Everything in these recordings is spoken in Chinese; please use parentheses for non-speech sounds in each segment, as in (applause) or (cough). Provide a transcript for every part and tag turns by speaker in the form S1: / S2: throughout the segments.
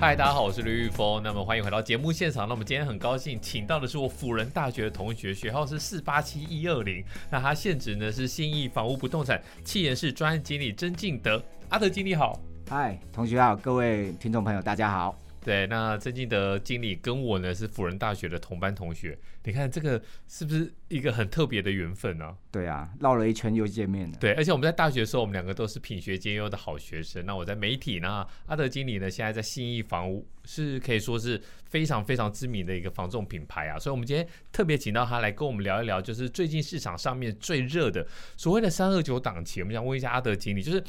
S1: 嗨，大家好，我是吕玉峰。那么欢迎回到节目现场。那我们今天很高兴请到的是我辅仁大学的同学，学号是四八七一二零。那他现职呢是信义房屋不动产气研室专案经理曾敬德。阿德经理好。
S2: 嗨，同学好，各位听众朋友，大家好。
S1: 对，那曾敬德经理跟我呢是辅仁大学的同班同学。你看这个是不是一个很特别的缘分啊？
S2: 对啊，绕了一圈又见面了。
S1: 对，而且我们在大学的时候，我们两个都是品学兼优的好学生。那我在媒体呢，阿德经理呢，现在在信义房屋是可以说是非常非常知名的一个房仲品牌啊。所以，我们今天特别请到他来跟我们聊一聊，就是最近市场上面最热的所谓的三二九档期。我们想问一下阿德经理，就是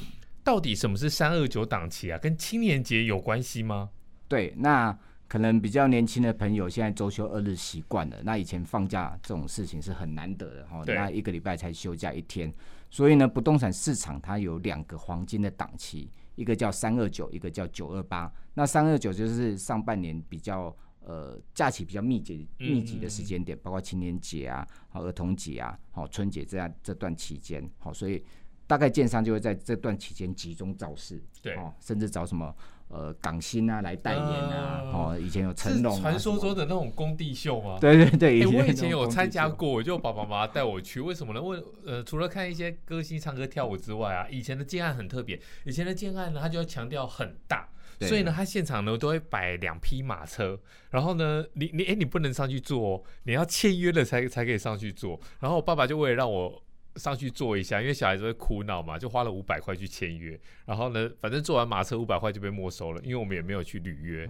S1: 到底什么是三二九档期啊？跟青年节有关系吗？
S2: 对，那可能比较年轻的朋友现在周休二日习惯了，那以前放假这种事情是很难得的哈，
S1: 对
S2: 那一个礼拜才休假一天，所以呢，不动产市场它有两个黄金的档期，一个叫三二九，一个叫九二八。那三二九就是上半年比较。呃，假期比较密集
S1: 嗯
S2: 密集的时间点，包括青年节啊、好儿童节啊、好春节这样这段期间，好，所以大概建商就会在这段期间集中造势，
S1: 对
S2: 哦，甚至找什么呃港星啊来代言啊，
S1: 嗯
S2: 哦，以前有
S1: 是
S2: 成龙、啊，
S1: 传说中
S2: 的，
S1: 的那种工地秀吗？
S2: 对对对，
S1: 哎、
S2: 那
S1: 我以
S2: 种
S1: 前有
S2: 公司
S1: 参加
S2: 秀，
S1: 过，我就爸爸妈妈带我去。为什么呢？问呃，除了看一些歌星唱歌跳舞之外啊，以前的建案很特别。以前的建案呢，它就要强调很大，
S2: 对
S1: 所以呢，它现场呢都会摆两匹马车，然后呢，你你哎、你不能上去坐哦，你要签约了才才可以上去坐。然后我爸爸就为了让我。上去坐一下，因为小孩子会哭闹嘛，就花了五百块去签约。然后呢，反正坐完马车五百块就被没收了，因为我们也没有去履约。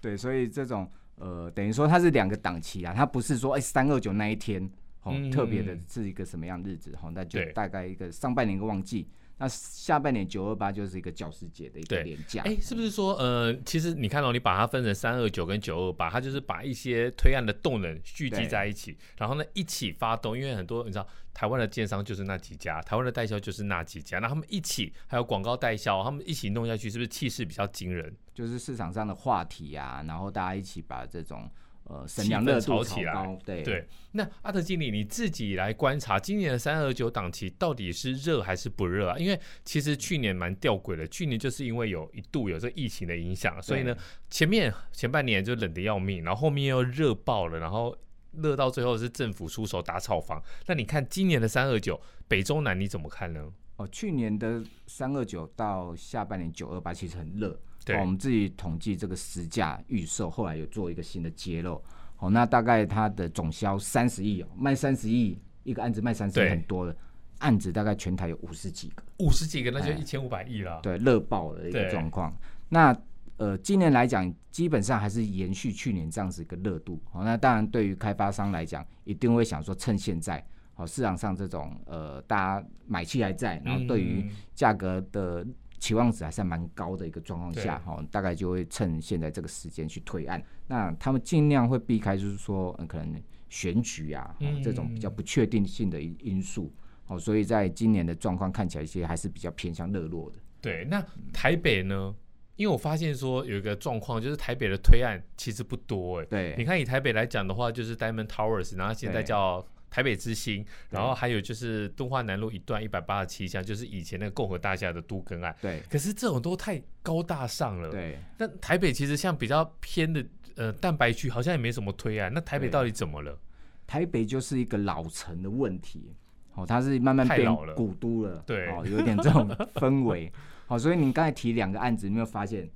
S2: 对，所以这种呃，等于说它是两个档期啊，它不是说哎三二九那一天哦、
S1: 嗯
S2: 特别的是一个什么样日子哦，那就
S1: 对
S2: 大概一个上半年一个旺季，那下半年九二八就是一个教师节的一个
S1: 对
S2: 连假，
S1: 哎、是不是说，呃，其实你看到、你把它分成三二九跟九二八，它就是把一些推案的动能蓄积
S2: 对
S1: 在一起，然后呢一起发动，因为很多你知道台湾的建商就是那几家，台湾的代销就是那几家，那他们一起还有广告代销，他们一起弄下去，是不是气势比较惊人？
S2: 就是市场上的话题啊，然后大家一起把这种呃
S1: 气
S2: 声量
S1: 氛
S2: 热
S1: 炒
S2: 度
S1: 起来
S2: 高，对
S1: 对，那阿德经理你自己来观察今年的三二九档期到底是热还是不热啊？因为其实去年蛮吊诡的，去年就是因为有一度有这疫情的影响，所以呢，前面前半年就冷得要命，然后后面又热爆了，然后热到最后是政府出手打炒房。那你看今年的三二九北中南你怎么看呢？
S2: 哦，去年的三二九到下半年九二八其实很热，
S1: 对
S2: 哦，我们自己统计这个实价预售，后来有做一个新的揭露，哦，那大概它的总销三十亿哦，卖三十亿一个案子卖三十
S1: 对
S2: 亿很多的案子，大概全台有五十几个，
S1: 五十几个那就
S2: 哎
S1: 一千五百亿了。啊
S2: 对，热爆的一个
S1: 对
S2: 状况。那呃，今年来讲，基本上还是延续去年这样子一个热度。好、那当然对于开发商来讲，一定会想说趁现在，好、市场上这种呃大家买气还在，然后对于
S1: 嗯
S2: 价格的期望值还是蛮高的一个状况下
S1: 对，
S2: 哈、大概就会趁现在这个时间去推案。那他们尽量会避开，就是说、呃可能选举啊、哦
S1: 嗯
S2: 这种比较不确定性的因因素。哦，所以在今年的状况看起来，其实还是比较偏向热络的。
S1: 对，那台北呢？因为我发现说有一个状况，就是台北的推案其实不多哎、
S2: 对
S1: 你看以台北来讲的话，就是 Diamond Towers，然后现在
S2: 对
S1: 叫台北之星，然后还有就是敦化南路一段一百八十七巷，就是以前那个共和大厦的都更案。
S2: 对
S1: 可是这种都太高大上了。。
S2: 对，
S1: 那台北其实像比较偏的呃蛋白区，好像也没什么推案。那台北
S2: 对
S1: 到底怎么了？
S2: 台北就是一个老城的问题，哦，它是慢慢
S1: 太
S2: 变
S1: 老了
S2: 古都了，
S1: 对
S2: 哦，有点这种氛围， (laughs) 好、所以你刚才提两个案子，你有没有发现，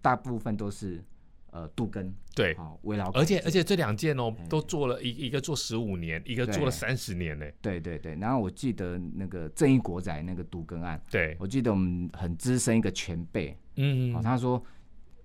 S2: 大部分都是呃杜根，
S1: 对。
S2: 好、围绕，
S1: 而且而且这两件哦
S2: 哎，
S1: 都做了一一个做十五年，一个做了
S2: 对
S1: 三十年呢。
S2: 对对对，然后我记得那个正义国仔那个杜根案，
S1: 对，
S2: 我记得我们很资深一个前辈，
S1: 嗯
S2: 哦，，他说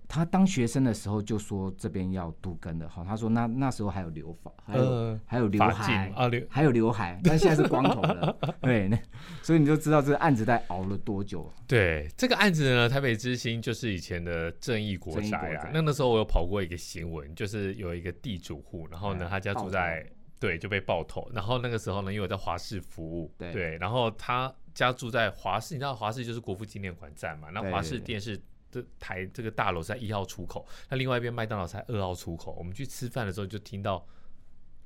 S2: 他当学生的时候就说这边要都根了，好，他说那那时候还有留发，还有、
S1: 呃
S2: 还有刘
S1: 发
S2: 海
S1: 髻啊留
S2: 还有刘海，但现在是光头了，对，那所以你就知道这个案子在熬了多久。
S1: 对这个案子呢，台北之星就是以前的正义国宅
S2: 正义国
S1: 啊
S2: 宅。
S1: 那那时候我有跑过一个新闻，就是有一个地主户，然后呢，
S2: 哎
S1: 他家住在
S2: 爆
S1: 对就被爆头，然后那个时候呢，因为我在华视服务，
S2: 对
S1: 然后他家住在华视，你知道华视就是国父纪念馆站嘛，那
S2: 对
S1: 华
S2: 对
S1: 视
S2: 对
S1: 电视。这台这个大楼是在一号出口，那另外一边麦当劳才二号出口。我们去吃饭的时候就听到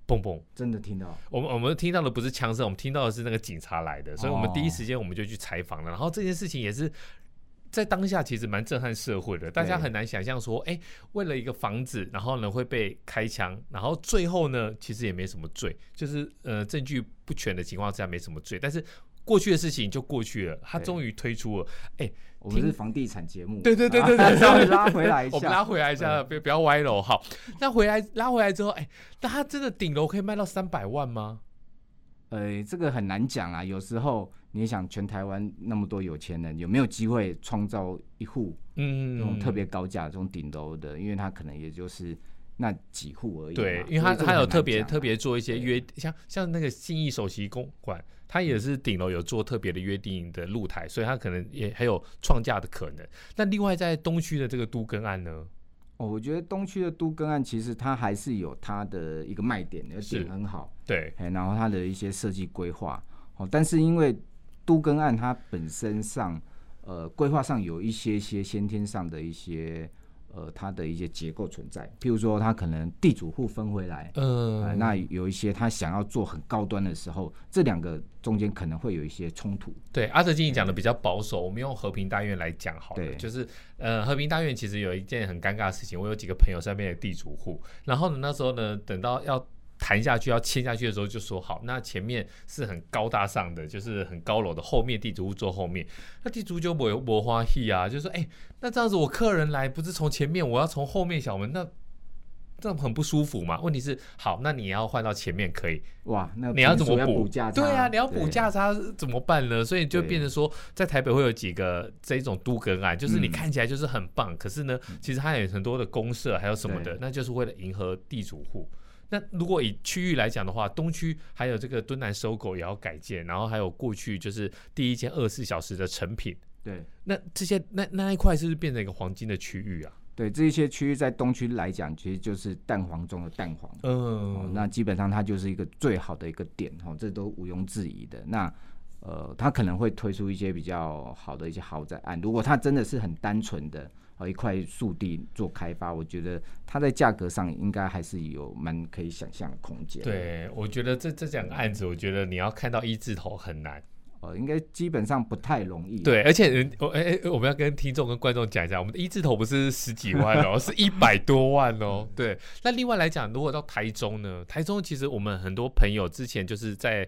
S1: 嘣嘣
S2: 真的听到，
S1: 我们我们听到的不是枪声，我们听到的是那个警察来的，所以我们
S2: 哦
S1: 第一时间我们就去采访了。然后这件事情也是在当下其实蛮震撼社会的，大家很难想象说，哎，为了一个房子，然后呢会被开枪，然后最后呢其实也没什么罪，就是呃证据不全的情况下没什么罪，但是。过去的事情就过去了，他
S2: 对
S1: 终于推出了。
S2: 我们
S1: 听
S2: 是房地产节目，啊
S1: 对对对对对，
S2: (laughs) 稍微拉回来
S1: (laughs)
S2: 一
S1: 我们拉
S2: 下，
S1: 回来一下，别不要歪楼。好，那回来拉回来之后，哎、那他真的顶楼可以卖到三百万吗？
S2: 呃，这个很难讲啊。有时候你想，全台湾那么多有钱人，有没有机会创造一户
S1: 嗯，
S2: 这种特别高价、这种顶楼的？因为他可能也就是那几户而已嘛。
S1: 对，因为他
S2: 所以这个
S1: 他有
S2: 很难
S1: 特别
S2: 讲啊
S1: 特别做一些
S2: 对嗯
S1: 约，像像那个信义首席公馆，他也是顶楼有做特别的约定的露台，所以他可能也还有创价的可能。那另外在东区的这个都更案呢，
S2: 哦，我觉得东区的都更案其实它还是有它的一个卖点，而
S1: 是
S2: 且很好，
S1: 对，
S2: 哎，然后它的一些设计规划，哦，但是因为都更案它本身上，呃，规划上有一些些先天上的一些，呃，它的一些结构存在，譬如说它可能地主户分回来，
S1: 嗯、
S2: 呃，那有一些他想要做很高端的时候，这两个中间可能会有一些冲突，
S1: 对，阿哲经理讲的比较保守，我们用和平大院来讲好了。
S2: 对
S1: 就是呃，和平大院其实有一件很尴尬的事情，我有几个朋友上面的地主户，然后呢，那时候呢，等到要。谈下去要签下去的时候就说好，那前面是很高大上的，就是很高楼的，后面地主户坐后面，那地主就没有没花意啊，就说哎、那这样子我客人来不是从前面，我要从后面小门，那这样很不舒服嘛。问题是好，那你也要换到前面可以，
S2: 哇，那
S1: 你要怎么
S2: 要
S1: 补
S2: 补价差？
S1: 对啊，你要补
S2: 对
S1: 价差怎么办呢？所以就
S2: 对
S1: 变成说，在台北会有几个这种都更案，就是你
S2: 嗯
S1: 看起来就是很棒，可是呢，其实它有很多的公社还有什么的
S2: 对，
S1: 那就是为了迎合地主户。那如果以区域来讲的话，东区还有这个敦南收购也要改建，然后还有过去就是第一间二十四小时的成品，
S2: 对。
S1: 那这些那那一块是不是变成一个黄金的区域啊？
S2: 对这一些区域，在东区来讲，其实就是蛋黄中的蛋黄。哦，
S1: 嗯，
S2: 那基本上它就是一个最好的一个点，哦，这都毋庸置疑的。那呃，它可能会推出一些比较好的一些豪宅案。如果它真的是很单纯的呃一块速地做开发，我觉得它在价格上应该还是有蛮可以想象的空间。，
S1: 对，我觉得这这两个案子，我觉得你要看到一字头很难。
S2: 呃，应该基本上不太容易。
S1: 对，而且人我哎、哎，我们要跟听众跟观众讲一下，我们的一字头不是十几万哦，是一百多万哦。对，那另外来讲，如果到台中呢，台中其实我们很多朋友之前就是在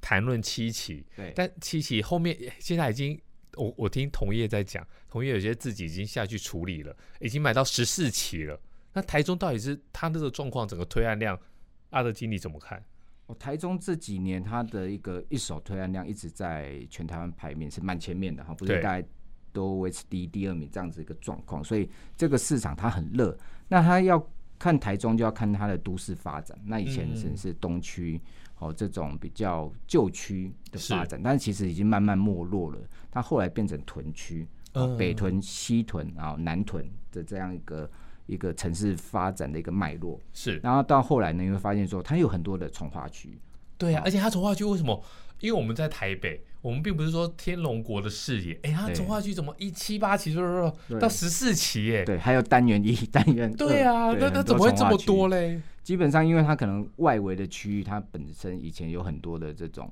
S1: 谈论七期，
S2: 对，
S1: 但七期后面哎现在已经。我我听同业在讲，同业有些自己已经下去处理了，已经买到十四期了。那台中到底是他那个状况，整个推案量，阿德经理怎么看？
S2: 哦，台中这几年它的一个一手推案量一直在全台湾排名是蛮前面的哈，不
S1: 对
S2: 是大概都维持第一、第二名这样子一个状况，所以这个市场它很热。那它要看台中，就要看它的都市发展。那以前
S1: 嗯
S2: 只是东区、哦这种比较旧区的发
S1: 是
S2: 展，但是其实已经慢慢没落了。它后来变成屯区，
S1: 嗯
S2: 哦北屯、西屯啊、南屯的这样一个一个城市发展的一个脉络。
S1: 是
S2: 然后到后来呢，你会发现说它有很多的从化区。
S1: 对啊，而且他从化区为什么？因为我们在台北，我们并不是说天龙国的视野，哎，他
S2: 对
S1: 从化区怎么一七八期，
S2: 对
S1: 到十四期耶？
S2: 对，还有单元一、 (laughs) 单元二
S1: 对啊，
S2: 对
S1: 那
S2: 很
S1: 那
S2: 多
S1: 怎么会
S2: 从
S1: 这
S2: 化
S1: 么
S2: 区
S1: 多嘞？
S2: 基本上，因为它可能外围的区域，它本身以前有很多的这种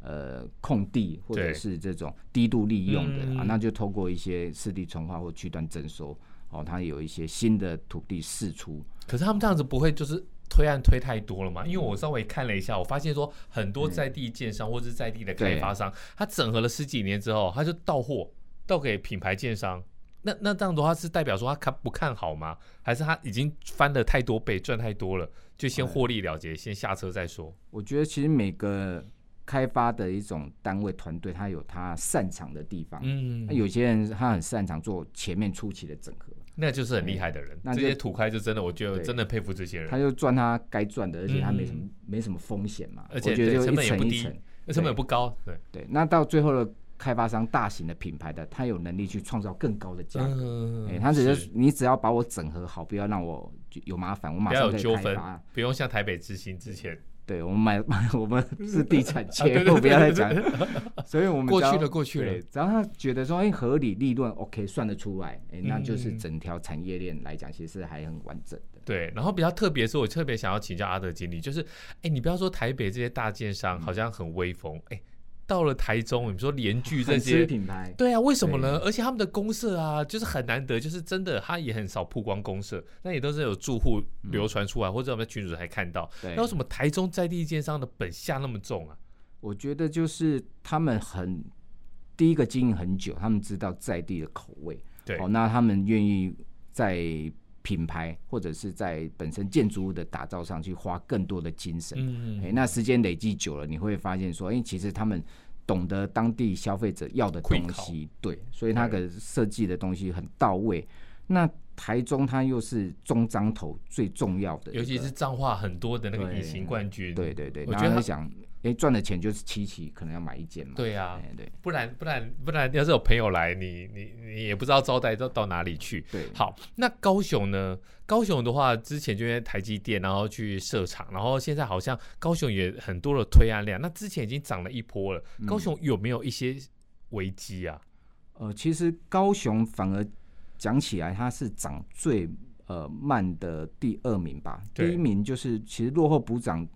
S2: 呃空地或
S1: 对
S2: 者是这种低度利用的啊
S1: 嗯，
S2: 那就透过一些市地重划或区段征收，哦，它有一些新的土地释出，
S1: 可是他们这样子不会就是推案推太多了嘛？因为
S2: 嗯
S1: 我稍微看了一下，我发现说很多在地建商或是在地的开发商，他整合了十几年之后，他就到货到给品牌建商。那那这样的话是代表说他看不看好吗？还是他已经翻了太多倍，赚太多了，就先获利了结，先下车再说？
S2: 我觉得其实每个开发的一种单位团队，它有它擅长的地方。
S1: 嗯
S2: 那，有些人他很擅长做前面初期的整合，
S1: 那就是很厉害的人。
S2: 哎那
S1: 这
S2: 就
S1: 些土开就真的，我觉得
S2: 对
S1: 真的佩服这些
S2: 他
S1: 人，
S2: 就赚他该赚的，而且他没什么、
S1: 嗯
S2: 没什么风险嘛，
S1: 而且
S2: 我觉得
S1: 对
S2: 就
S1: 成
S2: 一
S1: 本也不
S2: 层一
S1: 低
S2: 层。
S1: 那成本也不高。对，
S2: 对，那到最后的开发商大型的品牌的，他有能力去创造更高的价格。
S1: 嗯
S2: 哎、他只是你只要把我整合好，不要让我就有麻烦，我马
S1: 不要
S2: 上
S1: 有
S2: 可以
S1: 纠
S2: 开
S1: 纷
S2: 发。，啊
S1: 不用像台北之星之
S2: (laughs)
S1: 前
S2: 对，我们买买， (laughs) 我们
S1: (laughs)
S2: 是地产
S1: 啊对
S2: 界，
S1: 对
S2: 我不要再
S1: 对
S2: 讲。所以我们
S1: 过
S2: 只
S1: 去
S2: 要
S1: 了过去
S2: 对
S1: 了
S2: 只要他觉得说，哎、合理利润 OK 算得出来，哎、那就是
S1: 嗯
S2: 整条产业链来讲，其实还很完整的。
S1: 对，然后比较特别是，我特别想要请教阿德经理，就是，哎，你不要说台北这些大建商
S2: 嗯
S1: 好像很威风，哎，到了台中，你说
S2: (laughs)
S1: 联聚这
S2: 很吃
S1: 些，
S2: 品牌，
S1: 对啊，为什么呢？而且他们的公社啊，就是很难得，就是真的，他也很少曝光公社，那也都是有住户流
S2: 嗯
S1: 传出来，或者我们群主才看到。
S2: 对
S1: 那为什么台中在地建商的本下那么重啊？
S2: 我觉得就是他们很第一个经营很久，他们知道在地的口味，
S1: 对，
S2: 哦，那他们愿意在品牌或者是在本身建筑物的打造上去花更多的精神。哎、
S1: 嗯，
S2: 那时间累积久了，你会发现说，哎、其实他们懂得当地消费者要的东西，对，所以那个设计的东西很到位。那台中它又是中彰头最重要的一个，
S1: 尤其是彰化很多的那个
S2: 对
S1: 隐形冠军，
S2: 对对对，
S1: 我
S2: 然
S1: 觉得
S2: 后他
S1: 他
S2: 想，哎、赚的钱就是七期，可能要买一间嘛。
S1: 对啊，
S2: 哎对
S1: 不然不然不然，要是有朋友来，你你你也不知道招待到到哪里去。
S2: 对，
S1: 好，那高雄呢？高雄的话，之前就因为台积电，然后去设厂，然后现在好像高雄也很多的推案量。那之前已经涨了一波了，
S2: 嗯
S1: 高雄有没有一些危机啊？
S2: 呃，其实高雄反而讲起来，它是涨最呃慢的第二名吧。第
S1: 对
S2: 一名就是其实落后补涨，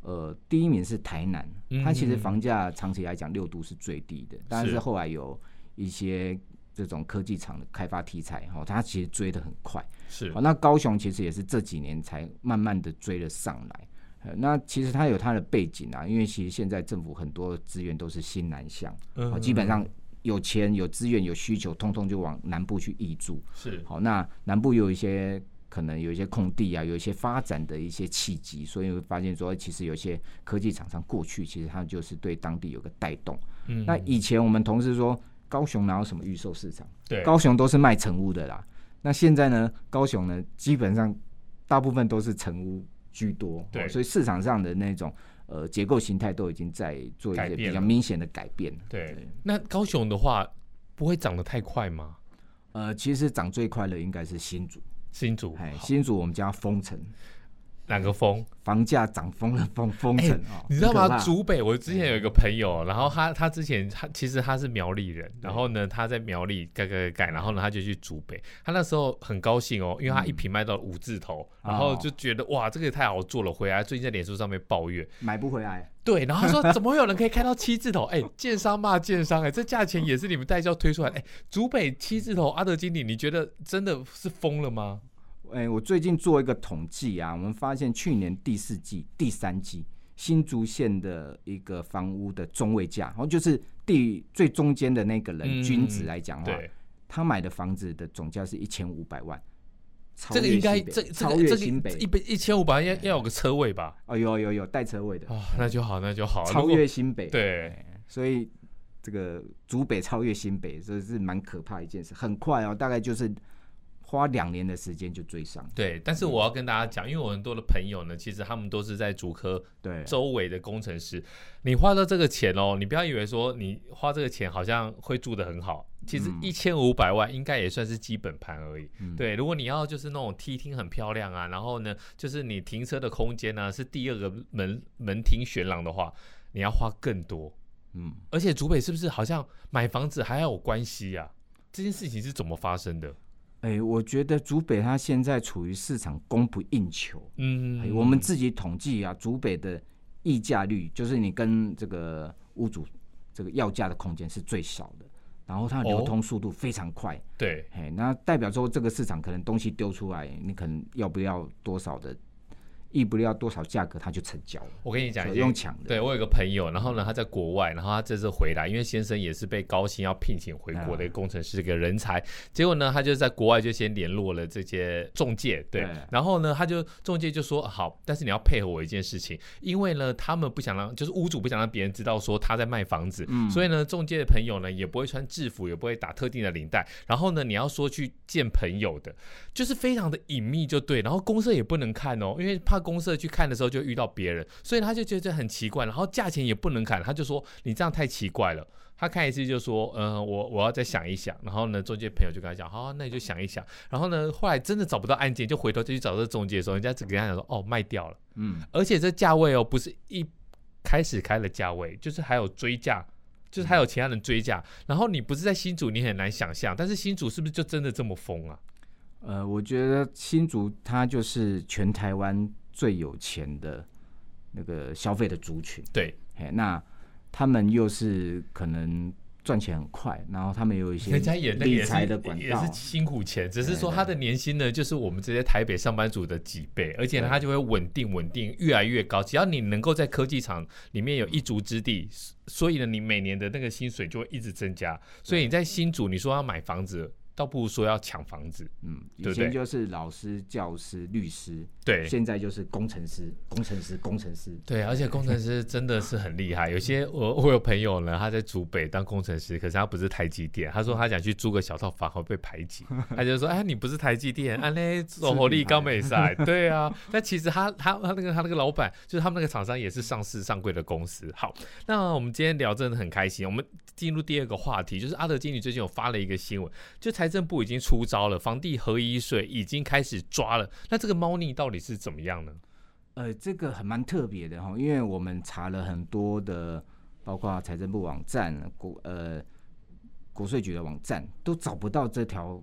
S2: 呃，第一名是台南，它其实
S1: 嗯
S2: 房价长期来讲六度是最低的，但
S1: 是
S2: 是后来有一些这种科技厂的开发题材，哦，它其实追得很快。哦
S1: 是
S2: 好，那高雄其实也是这几年才慢慢的追了上来。呃那其实它有它的背景啊，因为其实现在政府很多资源都是新南向，
S1: 嗯
S2: 好，基本上有钱、有资源、有需求，通通就往南部去挹注。
S1: 是
S2: 好，那南部有一些可能有一些空地啊，有一些发展的一些契机，所以会发现说，其实有一些科技厂商过去，其实他们就是对当地有个带动。
S1: 嗯
S2: 那以前我们同事说，高雄哪有什么预售市场？
S1: 对
S2: 高雄都是卖成屋的啦。那现在呢，高雄呢，基本上大部分都是成屋居多，
S1: 对
S2: 哦所以市场上的那种呃结构形态都已经在做一
S1: 改
S2: 些
S1: 变
S2: 比较
S1: 了
S2: 明显的改变了。
S1: 对。那高雄的话，不会涨得太快吗？
S2: 呃，其实涨最快的应该是新竹，
S1: 新竹
S2: 哎，
S1: 哦好
S2: 新竹我们家封城，
S1: 哪个风？房
S2: 房价涨疯了，封封城哦，
S1: 哎你知道
S2: 很可
S1: 吗？
S2: 怕哎
S1: 竹北，我之前有一个朋友，然后他他之前他其实他是苗栗人，然后呢他在苗栗改改改，然后呢他就去竹北，他那时候很高兴哦，因为他一瓶卖到了五字头，
S2: 嗯
S1: 然后就觉得
S2: 哦
S1: 哇这个也太好做了，回来最近在脸书上面抱怨，
S2: 买不回来，
S1: 对，然后他
S2: (laughs)
S1: 说怎么会有人可以开到七字头？哎，建商骂建商，哎，这价钱也是你们代销推出来的，哎，竹北七字头，阿德经理，你觉得真的是疯了吗？
S2: 哎、我最近做一个统计啊，我们发现去年第四季、第三季新竹县的一个房屋的中位价，然后就是第最中间的那个
S1: 嗯
S2: 人、均值来讲的话，
S1: 对，
S2: 他买的房子的总价是一千五百万，超
S1: 这个
S2: 越
S1: 应该
S2: 新北
S1: 这这
S2: 超
S1: 个
S2: 越
S1: 这
S2: 新
S1: 个
S2: 北
S1: 一百一千五百要要有个车位吧？
S2: 哦，有有有带车位的，
S1: 啊、那就好，那就好，如
S2: 超
S1: 果
S2: 越新北，
S1: 对。
S2: 所以这个竹北超越新北，这是蛮可怕的一件事，很快哦，大概就是花两年的时间就追上，
S1: 对，但
S2: 嗯
S1: 是我要跟大家讲，因为我很多的朋友呢，其实他们都是在竹科
S2: 对，啊
S1: 周围的工程师。你花到这个钱哦，你不要以为说你花这个钱好像会住得很好，其
S2: 嗯
S1: 实一千五百万应该也算是基本盘而已。对，如果你要就是那种梯厅很漂亮啊，然后呢，就是你停车的空间呢、是第二个门门厅悬廊的话，你要花更多。
S2: 嗯。
S1: 而且竹北是不是好像买房子还要有关系呀、这件事情是怎么发生的？
S2: 哎、我觉得竹北它现在处于市场供不应求。
S1: 嗯，
S2: 哎我们自己统计啊，竹北的溢价率，就是你跟这个屋主这个要价的空间是最少的，然后它的流
S1: 哦
S2: 通速度非常快。
S1: 对
S2: 哎，那代表说这个市场可能东西丢出来，你可能要不要多少的意不料多少价格它就成交了，
S1: 我跟你讲
S2: 所
S1: 一
S2: 以
S1: 件
S2: 用抢的。
S1: 对我有个朋友，然后呢，他在国外，然后他这次回来，因为先生也是被高薪要聘请回国的一个工程师，一个人才。结果呢，他就在国外就先联络了这些中介，对，
S2: 对
S1: 然后呢，他就中介就说好，但是你要配合我一件事情，因为呢，他们不想让，就是屋主不想让别人知道说他在卖房子，
S2: 嗯
S1: 所以呢，中介的朋友呢也不会穿制服，也不会打特定的领带，然后呢，你要说去见朋友的，就是非常的隐秘，就对。然后公社也不能看哦，因为怕公社去看的时候就遇到别人，所以他就觉得很奇怪。然后价钱也不能砍，他就说你这样太奇怪了。他看一次就说，嗯、我我要再想一想。然后呢，中介朋友就跟他讲，好、那你就想一想。然后呢，后来真的找不到案件，就回头就去找这个中介的时候，人家只跟他讲说，哦，卖掉了。
S2: 嗯，
S1: 而且这价位哦，不是一开始开了价位，就是还有追价，就是还有其他人追价。然后你不是在新竹，你很难想象，但是新竹是不是就真的这么疯啊？
S2: 呃，我觉得新竹它就是全台湾最有钱的那个消费的族群，
S1: 对，
S2: 嘿，那他们又是可能赚钱很快，然后他们有一些
S1: 人家也那个
S2: 理
S1: 也
S2: 财
S1: 是
S2: 的管
S1: 也
S2: 道啊
S1: 是，辛苦钱，只是说他的年薪呢，就是我们这些台北上班族的几倍，而且呢，
S2: 对
S1: 他就会稳定稳定越来越高。只要你能够在科技厂里面有一竹之地，所以呢，你每年的那个薪水就会一直增加。所以你在新竹，你说要买房子，倒不如说要抢房子。
S2: 嗯，
S1: 对不对
S2: 以前就是老师、教师、律师，
S1: 对
S2: 现在就是工程师、工程师、工程师，
S1: 对，而且工程师真的是很厉害。有些我我有朋友呢，他在竹北当工程师，可是他不是台积电。他说他想去租个小套房，会被排 (laughs) 挤。他就说：“哎，你不是台积电，啊嘞，走火力刚没赛。”对啊，但其实他他他那个他那个老板，就是他们那个厂商也是上市上柜的公司。好，那我们今天聊真的很开心。我们进入第二个话题，就是阿德经理最近有发了一个新闻，就财政部已经出招了，房地合一税已经开始抓了。那这个猫腻到底是怎么样呢？
S2: 呃，这个很蛮特别的哈，因为我们查了很多的，包括财政部网站、国呃国税局的网站，都找不到这条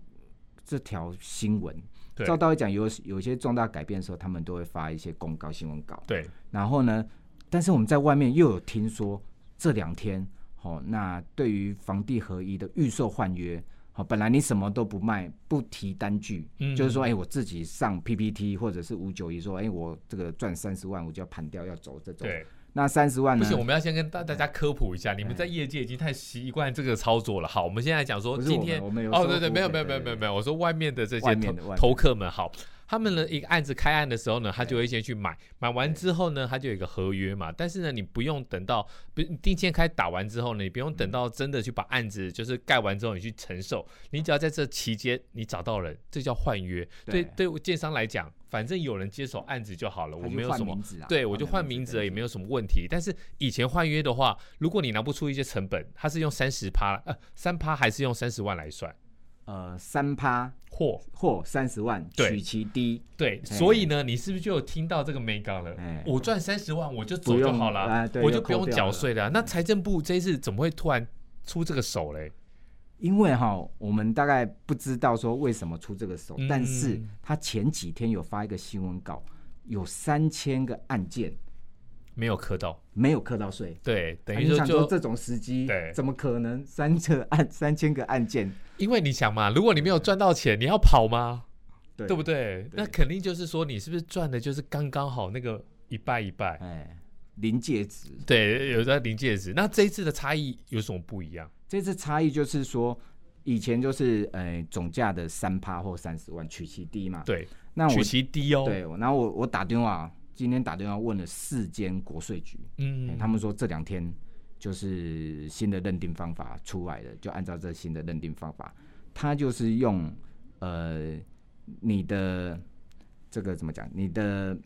S2: 这条新闻。
S1: 对
S2: 照道理讲，有有一些重大改变的时候，他们都会发一些公告、新闻稿。
S1: 对，
S2: 然后呢，但是我们在外面又有听说这两天，哦，那对于房地合一的预售换约，哦，本来你什么都不卖，不提单据，
S1: 嗯
S2: 就是说，哎，我自己上 PPT 或者是五九一说，哎，我这个赚三十万，我就要盘掉要走这种。
S1: 对。
S2: 那三十万
S1: 不
S2: 呢？哎
S1: 行，我们要先跟大大家科普一下，你们在业界已经太习惯这个操作了。好，我们现在讲说
S2: 不是
S1: 今
S2: 我们
S1: 天
S2: 我们有
S1: 哦，
S2: 收
S1: 对对，
S2: 付
S1: 没有
S2: 费
S1: 没有没有
S2: 对对
S1: 没有没有，我说外面的这些
S2: 外面
S1: 投
S2: 的外面
S1: 投客们好。他们呢，一个案子开案的时候呢，他就会先去买，买完之后呢，他就有一个合约嘛。但是呢，你不用等到不你定签开打完之后呢，你不用等到真的去把案子就是盖完之后你去承受，你只要在这期间你找到人，这叫换约。对
S2: 对
S1: 对，建商来讲，反正有人接手案子就好了，
S2: 他
S1: 我
S2: 就
S1: 没有
S2: 换
S1: 什么
S2: 名字啊
S1: 对，我就换名字而已，没有什么问题。但是以前换约的话，如果你拿不出一些成本，它是用三十趴，呃，三趴还是用三十万来算，
S2: 呃，三趴
S1: 或
S2: 或三十万
S1: 对
S2: 取其低，
S1: 对，
S2: 哎
S1: 所以呢，你是不是就有听到这个 mega 了？
S2: 哎
S1: 我赚三十万，我就走
S2: 不
S1: 就
S2: 用
S1: 好了，
S2: 哎对
S1: 我就
S2: 又
S1: 不用
S2: 扣掉
S1: 缴
S2: 了
S1: 税了啊。那财政部这一次怎么会突然出这个手嘞？
S2: 因为哈，我们大概不知道说为什么出这个手，
S1: 嗯
S2: 但是他前几天有发一个新闻稿，有三千个案件
S1: 没有磕到，
S2: 没有课到税。
S1: 对，等于
S2: 啊你
S1: 说
S2: 想
S1: 就
S2: 说这种时机
S1: 对，
S2: 怎么可能三千案 (laughs) 三千个案件？
S1: 因为你想嘛，如果你没有赚到钱，你要跑吗？
S2: 对
S1: 对不？对？那肯定就是说，你是不是赚的就是刚刚好那个一拜一拜？
S2: 哎，临界值。
S1: 对，有在临界值。那这一次的差异有什么不一样？
S2: 这次差异就是说，以前就是呃总价的三趴或三十万取其低嘛。。
S1: 对，
S2: 那
S1: 取
S2: 我
S1: 其低哦。，
S2: 对，然后我我打电话，今天打电话问了四间国税局，欸
S1: 嗯，
S2: 他们说这两天就是新的认定方法出来了，就按照这新的认定方法，它就是用呃你的这个怎么讲，你的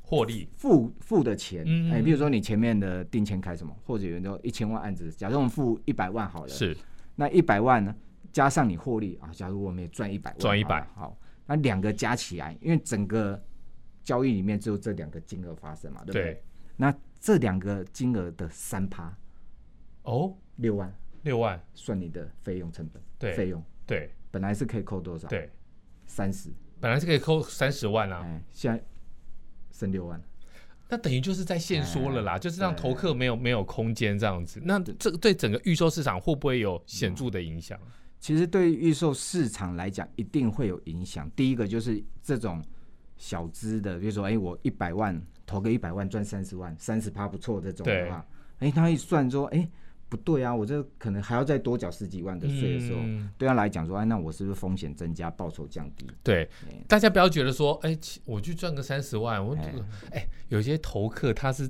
S1: 获利
S2: 付付的钱，哎、
S1: 嗯
S2: 比如说你前面的定钱开什么，或者有人说一千万案子，假设我们付一百万好了，
S1: 是
S2: 那一百万呢加上你获利啊，假如我们也赚一百万，
S1: 赚100
S2: 好了好，那两个加起来，因为整个交易里面只有这两个金额发生嘛，对不对？
S1: 对
S2: 那这两个金额的三趴
S1: 哦，
S2: 六万，
S1: 六万，
S2: 算你的费用成本，
S1: 对
S2: 费用
S1: 对
S2: 本来是可啊以扣多少？，
S1: 对，
S2: 三十，
S1: 本来是可以扣三十万啊，
S2: 哎，现在剩六万，
S1: 那等于就是在限缩了啦，就是让
S2: 哎对
S1: 投客没有没有空间这样子。那这对整个预售市场会不会有显著的影响？
S2: 其实对于预售市场来讲，一定会有影响。第一个就是这种小资的，比如说，哎、我一百万投个一百万赚三十万，三十趴不错这种
S1: 对
S2: 的话，哎、他一算说，哎、不对啊，我这可能还要再多缴十几万的税的时候，
S1: 嗯
S2: 对他来讲说，哎、那我是不是风险增加，报酬降低？
S1: 对，大家不要觉得说，哎、其我去赚个三十万，我哎
S2: 哎、
S1: 有些投客他是，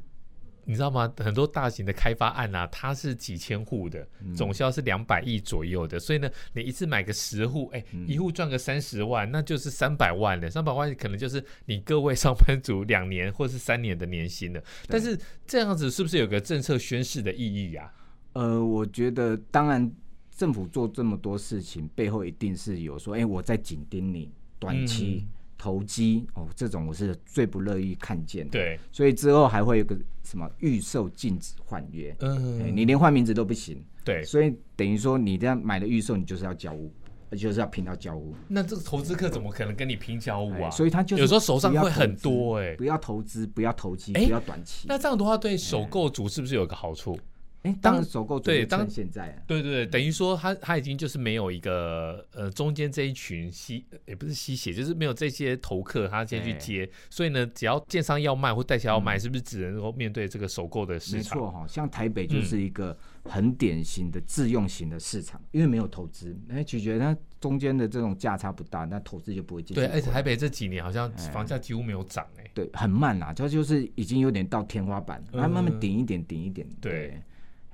S1: 你知道吗？很多大型的开发案啊，它是几千户的，
S2: 嗯
S1: 总销是两百亿左右的，所以呢，你一次买个十户，哎、
S2: 嗯
S1: 一户赚个三十万，那就是三百万了，三百万可能就是你各位上班族两年或是三年的年薪了。但是这样子是不是有个政策宣示的意义啊呀、
S2: 呃，我觉得当然，政府做这么多事情背后一定是有说，哎、我在紧盯你短
S1: 嗯
S2: 期、投机哦，这种我是最不乐意看见的。，
S1: 对，
S2: 所以之后还会有个什么预售禁止换约，哎
S1: 嗯，
S2: 你连换名字都不行，
S1: 对。
S2: 所以等于说你这样买的预售，你就是要交屋，呃就是要拼到交屋。
S1: 那这个投资客怎么可能跟你拼交物啊？
S2: 哎所以他就是
S1: 有时候手上
S2: 不要
S1: 会很
S2: 投资
S1: 多哎、
S2: 不要投资，不要投机，
S1: 哎
S2: 不要短期。
S1: 那这样的话，对手购族是不是有个好处？
S2: 哎，
S1: 当
S2: 当然首购族
S1: 对
S2: 就
S1: 当
S2: 趁现在啊，
S1: 对对对，等于说他他已经就是没有一个呃中间这一群吸也不是吸血，就是没有这些投客他先去
S2: 哎
S1: 接，所以呢，只要建商要卖或代销要卖，是不是只能够面对这个首购的市
S2: 嗯没
S1: 场？嗯
S2: 错哈、像台北就是一个很典型的自用型的市场，因为没有投资，哎，取决它中间的这种价差不大，那投资就不会进去
S1: 对，
S2: 管。
S1: 而且台北这几年好像
S2: 哎
S1: 房价几乎没有涨哎、
S2: 对很慢啦，它就是已经有点到天花板，它慢慢顶一点，顶一点。
S1: 嗯对，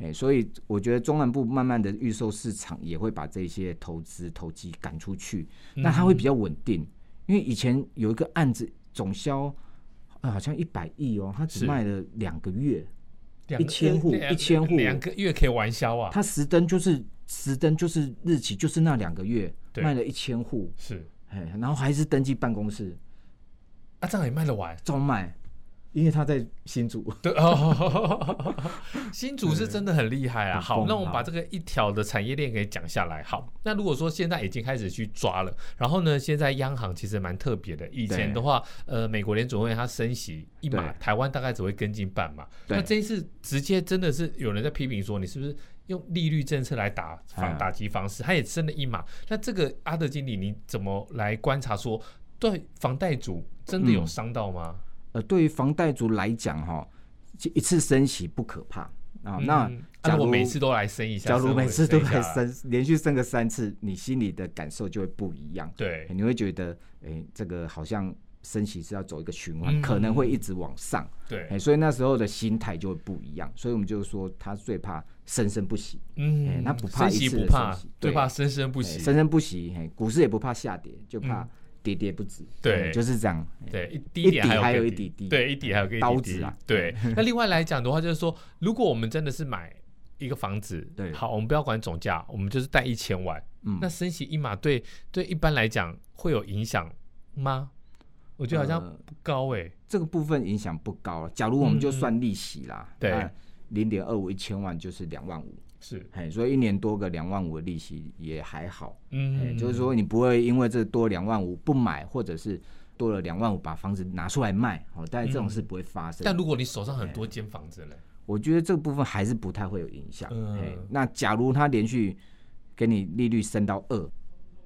S2: 哎，所以我觉得中南部慢慢的预售市场也会把这些投资投机赶出去，
S1: 嗯
S2: 那它会比较稳定，因为以前有一个案子总销。呃好像一百亿哦，它
S1: 是
S2: 只卖了两个月，
S1: 两个
S2: 1000户
S1: 两
S2: 1000户
S1: 两个月可以完销啊，
S2: 它实登就是实登就是日期就是那两个月
S1: 对
S2: 卖了一千户，
S1: 是
S2: 哎，然后还是登记办公室
S1: 啊，这样也卖得完。
S2: 照卖，因为他在新竹。
S1: 对哦，
S2: (laughs)
S1: 新竹是真的很厉害啊！
S2: 很
S1: 好，
S2: 疯
S1: 那我们
S2: 啊
S1: 把这个一条的产业链给讲下来。好，那如果说现在已经开始去抓了，然后呢，现在央行其实蛮特别的。以前
S2: 对
S1: 的话，呃，美国联总会它升息一码，
S2: 对
S1: 台湾大概只会跟进半码。
S2: 对
S1: 那这一次直接真的是有人在批评说，你是不是用利率政策来打
S2: 啊
S1: 防打击房市？它也升了一码。那这个阿德经理，你怎么来观察说，对房贷族真的有
S2: 嗯
S1: 伤到吗？
S2: (laughs) 呃，对于房贷族来讲哈、其一次升息不可怕啊，那
S1: 嗯啊
S2: 假
S1: 如
S2: 如
S1: 果每次都来升一下，
S2: 假如
S1: 升
S2: 每
S1: 一
S2: 次都
S1: 下
S2: 来，升，连续升个三次，你心里的感受就会不一样，
S1: 对
S2: 哎，你会觉得哎、这个好像升息是要走一个循环，
S1: 嗯
S2: 可能会一直往上。哎、
S1: 对，
S2: 所以那时候的心态就会不一样，所以我们就说他最怕生生不息，哎
S1: 嗯，
S2: 那不怕
S1: 升息
S2: 一次
S1: 不
S2: 的
S1: 怕
S2: 升息，
S1: 最
S2: 对
S1: 怕生生不
S2: 不
S1: 息，
S2: 生生不息，嘿、股市也不怕下跌，就怕
S1: 嗯
S2: 跌跌不止，
S1: 对
S2: 哎就是这样，哎
S1: 对，一
S2: 一
S1: 滴点
S2: 底
S1: 有
S2: 还
S1: 个
S2: 有一
S1: 底
S2: 底滴
S1: 对，一底还有个一
S2: 刀
S1: 底
S2: 子
S1: 滴
S2: 啊 (laughs)
S1: 对。那另外来讲的话，就是说，如果我们真的是买一个房子，
S2: 对
S1: 好，我们不要管总价，我们就是贷一千万，
S2: 嗯
S1: 那升息一码对对一般来讲会有影响吗？我觉得好像
S2: 呃
S1: 不高哎，
S2: 这个部分影响不高。假如我们就算利息啦，
S1: 嗯对
S2: 零点二五一千万就是两万五，
S1: 是，
S2: 哎，所以一年多个两万五的利息也还好，哎，
S1: 嗯，
S2: 就是说你不会因为这多两万五不买，或者是多了两万五把房子拿出来卖，哦，但是这种事不会发生。
S1: 嗯但如果你手上很
S2: 哎
S1: 多间房子嘞，
S2: 我觉得这个部分还是不太会有影响。
S1: 嗯
S2: 嘿那假如它连续给你利率升到二，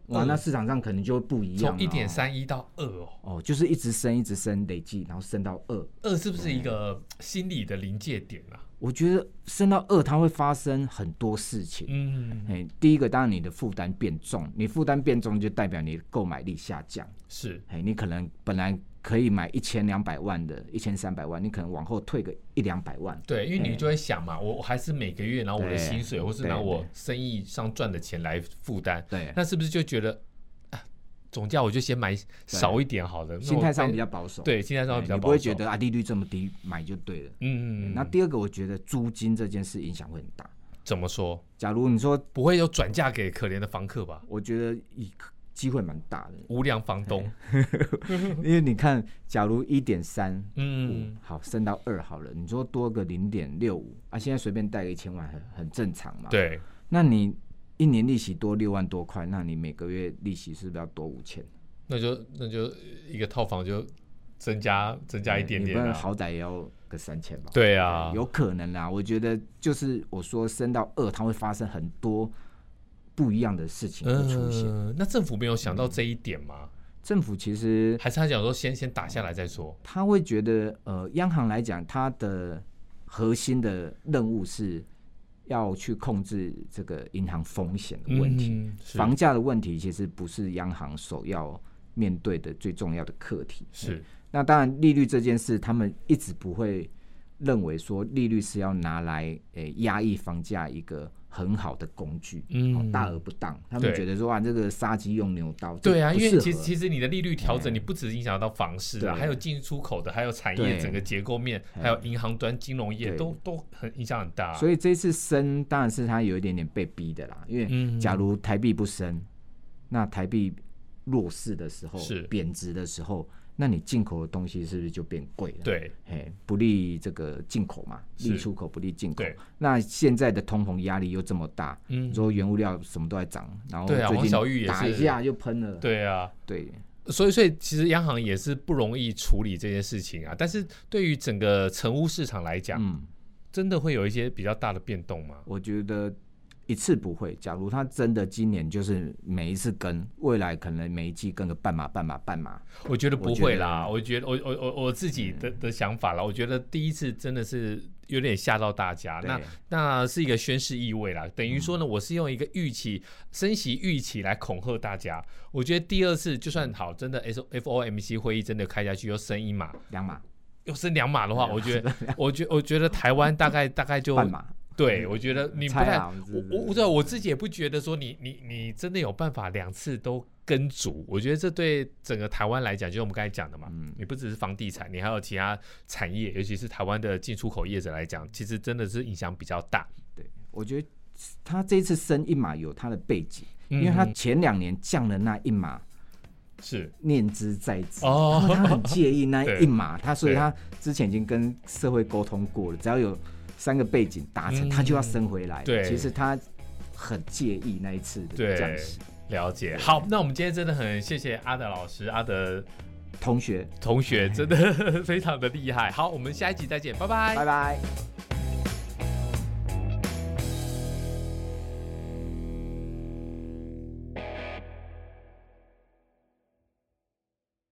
S2: 哇，
S1: 嗯
S2: 那市场上可能就会不一样、
S1: 从
S2: 哦。
S1: 一点三一到二哦，
S2: 哦，就是一直升，一直升，累计，然后升到二。
S1: 二是不是一个心理的临界点啊？
S2: 我觉得升到二，它会发生很多事情。
S1: 嗯，
S2: 哎，第一个当然你的负担变重，你负担变重就代表你的购买力下降。
S1: 是，
S2: 哎，你可能本来可以买一千两百万的，一千三百万，你可能往后退个一两百万。
S1: 对，因为你就会想嘛，我我还是每个月拿我的
S2: 对
S1: 薪水，或是
S2: 对
S1: 拿我
S2: 对
S1: 生意上赚的钱来负担，
S2: 对，
S1: 那是不是就觉得啊，总价我就先买少一点好了，那
S2: 心
S1: 我
S2: 态上
S1: 再
S2: 比较保守。
S1: 对，心态上
S2: 哎，
S1: 比较
S2: 你
S1: 保守，
S2: 不会觉得啊利率这么低，买就对了。
S1: 嗯，嗯，
S2: 那
S1: 那
S2: 第二个，我觉得租金这件事影响会很大。
S1: 怎么说？
S2: 假如你说，
S1: 不会有转嫁给可怜的房客吧？
S2: 我觉得以机会蛮大的，
S1: 无良房
S2: (laughs)
S1: 东，
S2: 因为你看，假如一点三
S1: 嗯
S2: 五，好升到二好了，你说多个零点六五啊，现在随便贷个一千万很很正常嘛。，
S1: 对，
S2: 那你一年利息多六万多块，那你每个月利息是不是要多五千？
S1: 那就那就一个套房就增加增加一点
S2: 你
S1: 点
S2: 不
S1: 啊，
S2: 然好歹也要个三千吧。
S1: 对啊，
S2: 有可能啦。我觉得就是我说升到二，它会发生很多不一样的事情会出现。
S1: 嗯嗯，那政府没有想到这一点吗？
S2: 政府其实
S1: 还是他讲说先先打下来再说？
S2: 他会觉得，呃，央行来讲，它的核心的任务是要去控制这个银行风险的问题。
S1: 嗯是
S2: 房价的问题其实不是央行首要面对的最重要的课题。
S1: 是
S2: 那当然，利率这件事，他们一直不会认为说利率是要拿来诶压抑房价一个很好的工具，
S1: 嗯
S2: 哦大而不当。他们
S1: 对
S2: 觉得说啊，这个杀鸡用牛刀，这
S1: 对啊，
S2: 不
S1: 因为
S2: 适
S1: 其实
S2: 合
S1: 其实你的利率调整，
S2: 哎
S1: 你不只影响到房市啊，
S2: 对
S1: 还有进出口的，还有产业
S2: 对
S1: 整个结构面，
S2: 哎
S1: 还有银行端、金融业
S2: 对
S1: 都都很影响很大。
S2: 所
S1: 以
S2: 以这次升当然是他有一点点被逼的啦，因
S1: 嗯
S2: 为假如台币不升，那台币弱势的时候
S1: 是，
S2: 贬值的时候，那你进口的东西是不是就变贵了？，
S1: 对，
S2: 哎，不利这个进口嘛，
S1: 是
S2: 利出口不利进口
S1: 对。
S2: 那现在的通膨压力又这么大，
S1: 嗯
S2: 你，说原物料什么都在涨，然后
S1: 对啊王
S2: 最
S1: 小玉也
S2: 近打
S1: 是
S2: 一下就喷了，
S1: 对啊，
S2: 对
S1: 所以，所以其实央行也是不容易处理这件事情啊。但是对于整个成屋市场来讲，
S2: 嗯，
S1: 真的会有一些比较大的变动吗？
S2: 我觉得一次不会。假如他真的今年就是每一次跟，未来可能每一季跟个半码半码半码。
S1: 我觉得嗯不会啦，我觉得我我我我自己的的想法啦，我觉得第一次真的是有点吓到大家，
S2: 对
S1: 那那是一个宣示意味啦，等于说呢，我是用一个预期升息预期来恐吓大家。我觉得第二次就算好，真的 S F O M C 会议真的开下去又升一码，
S2: 两码
S1: 又升两码的话，我觉得我觉我觉得台湾大概大概 (laughs) 就
S2: 半码，
S1: 对，我觉得你不
S2: 猜啊
S1: 太
S2: 啦，
S1: 我我我对啊我自己也不觉得说你你你真的有办法两次都跟足，我觉得这对整个台湾来讲，就是我们刚才讲的嘛，你不只是房地产，你还有其他产业，尤其是台湾的进出口业者来讲，其实真的是影响比较大。
S2: 对，我觉得他这一次升一码有他的背景，
S1: 嗯
S2: 因为他前两年降了那一码，
S1: 是
S2: 念之在兹。
S1: 哦
S2: 他很介意那一码，他所以
S1: 对
S2: 他之前已经跟社会沟通过了，只要有三个背景达
S1: 嗯
S2: 成，他就要升回来。
S1: 对
S2: 其实他很介意那一次的
S1: 对
S2: 降息。
S1: (laughs) 了解。好，那我们今天真的很谢谢阿德老师，阿德
S2: 同学，
S1: (laughs) 同学真的非常的厉害。好，我们下一集再见，拜拜
S2: 拜拜。